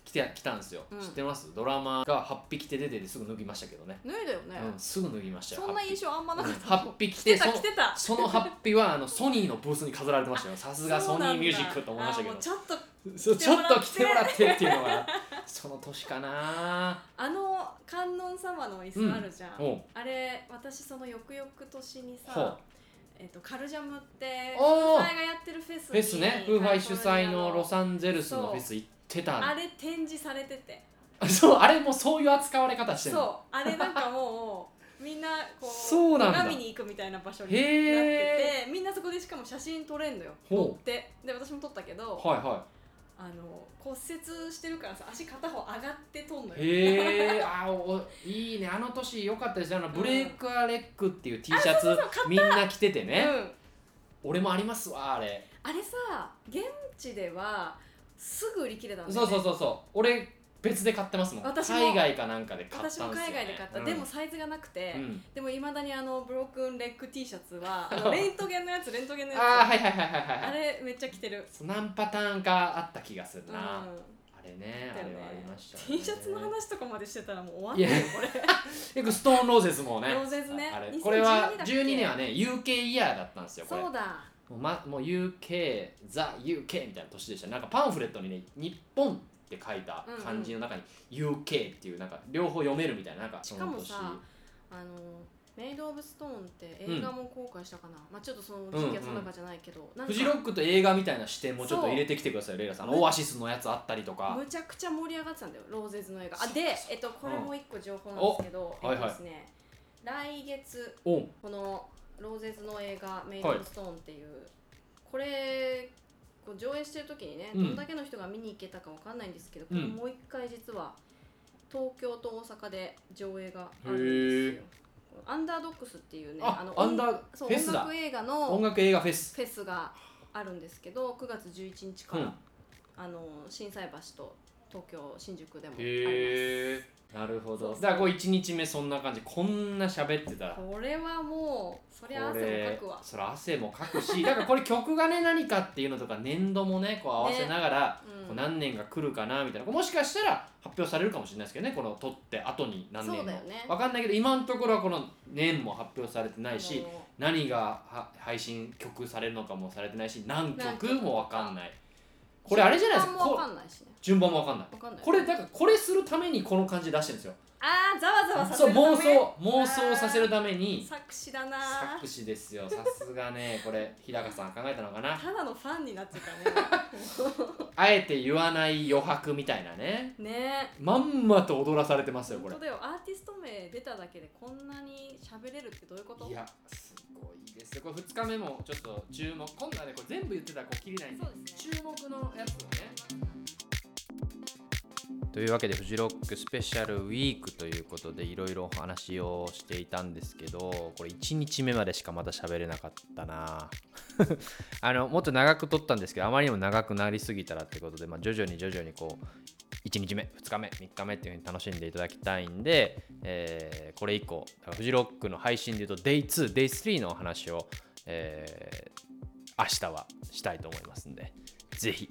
Speaker 1: 来て来たんですよ、
Speaker 2: うん
Speaker 1: 知ってますドラマが8匹手出ててすぐ脱ぎましたけどね、
Speaker 2: 脱いだよね、
Speaker 1: うん、すぐ脱ぎましたよ
Speaker 2: そんな印象あんまなかった、
Speaker 1: 8匹
Speaker 2: 来
Speaker 1: 手
Speaker 2: て
Speaker 1: そ
Speaker 2: た
Speaker 1: の
Speaker 2: 来てた
Speaker 1: その8匹はあのソニーのブースに飾られてましたよさすがソニーミュージックと思いましたけど
Speaker 2: あーもうちょっと
Speaker 1: そうちょっと来
Speaker 2: 来
Speaker 1: て
Speaker 2: て
Speaker 1: も
Speaker 2: も
Speaker 1: ら
Speaker 2: ら
Speaker 1: ってっていうのはその年かな
Speaker 2: あの観音様の椅子あるじゃん、
Speaker 1: おう
Speaker 2: あれ私その翌々年に
Speaker 1: ほう
Speaker 2: さ、えっとカルジャムってフ
Speaker 1: おー
Speaker 2: ーファイがやってるフェス
Speaker 1: フェスねフーファイ主催のロ
Speaker 2: ン
Speaker 1: サンゼルスのフェス行ってた
Speaker 2: あ
Speaker 1: ん
Speaker 2: れ展示されてて
Speaker 1: あ そうあれもそういう扱われ方してるの
Speaker 2: そうあれなんかもうみんなこう
Speaker 1: そうなんだ
Speaker 2: 拝みに行くみたいな場所になって
Speaker 1: へ
Speaker 2: てみんなそこでしかも写真撮れんのよ
Speaker 1: ほう
Speaker 2: 撮ってで私も撮ったけど、
Speaker 1: はいは
Speaker 2: あの骨折してるからさ足片方上がって撮んの
Speaker 1: い
Speaker 2: よ
Speaker 1: へえあおいいねあの年良かったですよあのブレイクアレックっていう T シャツ、みんな着ててね、
Speaker 2: うん
Speaker 1: 俺もありますわあれ
Speaker 2: あれさ現地ではすぐ売り切れたんだ
Speaker 1: そ
Speaker 2: よ
Speaker 1: う
Speaker 2: ね
Speaker 1: そうそうそう俺別で買ってますもん
Speaker 2: 私も
Speaker 1: 海外かなんかで買ったんす
Speaker 2: 私
Speaker 1: よ、
Speaker 2: も
Speaker 1: ね、
Speaker 2: 海外で買った、
Speaker 1: うん
Speaker 2: でもサイズがなくて、
Speaker 1: うん
Speaker 2: でもいまだにあのブロークンレッグ T シャツは あのレントゲンのやつレントゲンのやつ
Speaker 1: ああ
Speaker 2: あ,、
Speaker 1: はいはいはいはいはい
Speaker 2: れめっちゃ着てる、
Speaker 1: そう何パターンかあった気がする
Speaker 2: うん、
Speaker 1: な、あれね
Speaker 2: だ
Speaker 1: あ
Speaker 2: よ
Speaker 1: れ
Speaker 2: ね
Speaker 1: はありました、ね、
Speaker 2: T シャツの話とかまでしてたらもう終わったよこれ
Speaker 1: 結構ストーンローゼスもね
Speaker 2: ローゼズね
Speaker 1: あれ
Speaker 2: 2012
Speaker 1: これは
Speaker 2: だっけ
Speaker 1: 12年はね UK イヤーだったんですよこれ
Speaker 2: そうだ
Speaker 1: もう,、ま、もう UK ザ UK みたいな年でしたなんかパンフレットにね「日本」って書いた漢字の中に「UK」っていうなんか両方読めるみたいななんかそ
Speaker 2: しか
Speaker 1: の
Speaker 2: も
Speaker 1: 年
Speaker 2: さあのメイド・オブ・ストーンって映画も公開したかな、まあちょっとその時期は定かじゃないけど、なんか
Speaker 1: フジロックと映画みたいな視点もちょっと入れてきてくださいよレイラさんあのオアシスのやつあったりとか
Speaker 2: むちゃくちゃ盛り上がってたんだよローゼズの映画
Speaker 1: そ
Speaker 2: あ
Speaker 1: う
Speaker 2: で
Speaker 1: そう、
Speaker 2: えっと、これも一個情報なんですけど、
Speaker 1: うんはい
Speaker 2: えっ
Speaker 1: は
Speaker 2: と
Speaker 1: い
Speaker 2: ですね、来月
Speaker 1: おん
Speaker 2: このローゼズの映画「メイド・オブストーン」っていう、これこう上映してる時にね
Speaker 1: う
Speaker 2: ど
Speaker 1: ん
Speaker 2: んだけの人が見に行けたかわかんないんですけど、これもう一回実は東京と大阪で上映があるんですよ。アンダードックスっていうね
Speaker 1: あアンダー
Speaker 2: そう
Speaker 1: フェス
Speaker 2: 音
Speaker 1: だ
Speaker 2: 楽映画
Speaker 1: 音
Speaker 2: の
Speaker 1: 楽映画フェス
Speaker 2: フェスがあるんですけど9月11日から、
Speaker 1: うん
Speaker 2: あの心斎橋と東京新宿でもあり
Speaker 1: へえなるほ
Speaker 2: そ
Speaker 1: ど
Speaker 2: うそう
Speaker 1: だからこう1日目そんな感じこんな喋ってたら
Speaker 2: ますこれはもうそり
Speaker 1: こ
Speaker 2: ゃ汗もかくわ、
Speaker 1: それ汗もかくし だからこれ曲がね何かっていうのとか年度もねこう合わせながら、
Speaker 2: うん
Speaker 1: こう何年が来るかなみたいなもしかしたら発表されるかもしれないですけどねこの取って後に何年
Speaker 2: そ
Speaker 1: も、
Speaker 2: うだよね
Speaker 1: わかんないけど今のところはこの年も発表されてない
Speaker 2: あ
Speaker 1: し
Speaker 2: の
Speaker 1: 何がは配信曲されるのかもされてないし何
Speaker 2: 何
Speaker 1: 曲
Speaker 2: 曲
Speaker 1: もわかんないこれあれじゃないですか
Speaker 2: 順番も
Speaker 1: こ
Speaker 2: わかんないしね。
Speaker 1: 順番もわかんない
Speaker 2: わかんない。
Speaker 1: これだからこれするためにこの感じで出してるんですよ
Speaker 2: ああざわざわさせ
Speaker 1: そう
Speaker 2: るため
Speaker 1: 妄想妄想させるために
Speaker 2: 作詞だなー。
Speaker 1: 作詞ですよさすがねこれ日高さん考えたのかな
Speaker 2: ただのファンになっちゃった
Speaker 1: あえて言わない余白みたいなね
Speaker 2: ね。ね
Speaker 1: まんまと踊らされてます
Speaker 2: え。
Speaker 1: よこ
Speaker 2: 本
Speaker 1: れ
Speaker 2: 当だよ。アーティスト名出ただけでこんなに喋れるってどういうこと？
Speaker 1: いやすごいですよこれ2日目もちょっと注目今度はねこれ全部言ってたらこう切りないんで
Speaker 2: そうですね
Speaker 1: 注目のやつをねというわけで、フジロックスペシャルウィークということで、いろいろお話をしていたんですけど、これ1日目までしかまだ喋れなかったな あの、もっと長く撮ったんですけど、あまりにも長くなりすぎたらってことで、まあ、徐々に徐々にこう、1日目、2日目、3日目っていう風に楽しんでいただきたいんで、えーこれ以降、だからフジロックの配信で言うと、デイ2、デイ3のお話を、えー明日はしたいと思いますんで、ぜひ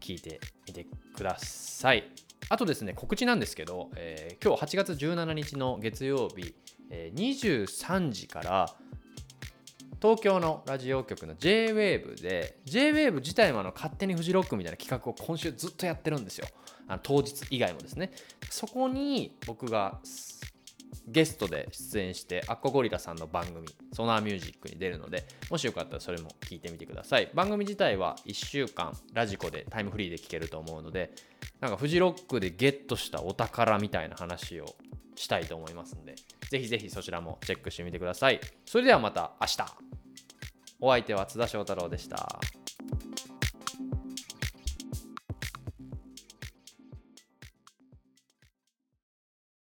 Speaker 1: 聞いてみてください。あとですね、告知なんですけど、えー今日8月17日の月曜日、えー23時から、東京のラジオ局の JWAVE で JWAVE 自体もあの勝手にフジロックみたいな企画を今週ずっとやってるんですよあの当日以外もですねそこに僕がすゲストで出演してアッコゴリラさんの番組ソナーミュージックに出るのでもしよかったらそれも聞いてみてください番組自体は1週間ラジコでタイムフリーで聞けると思うのでなんかフジロックでゲットしたお宝みたいな話をしたいと思いますのでぜひぜひそちらもチェックしてみてくださいそれではまた明日お相手は津田翔太郎でした。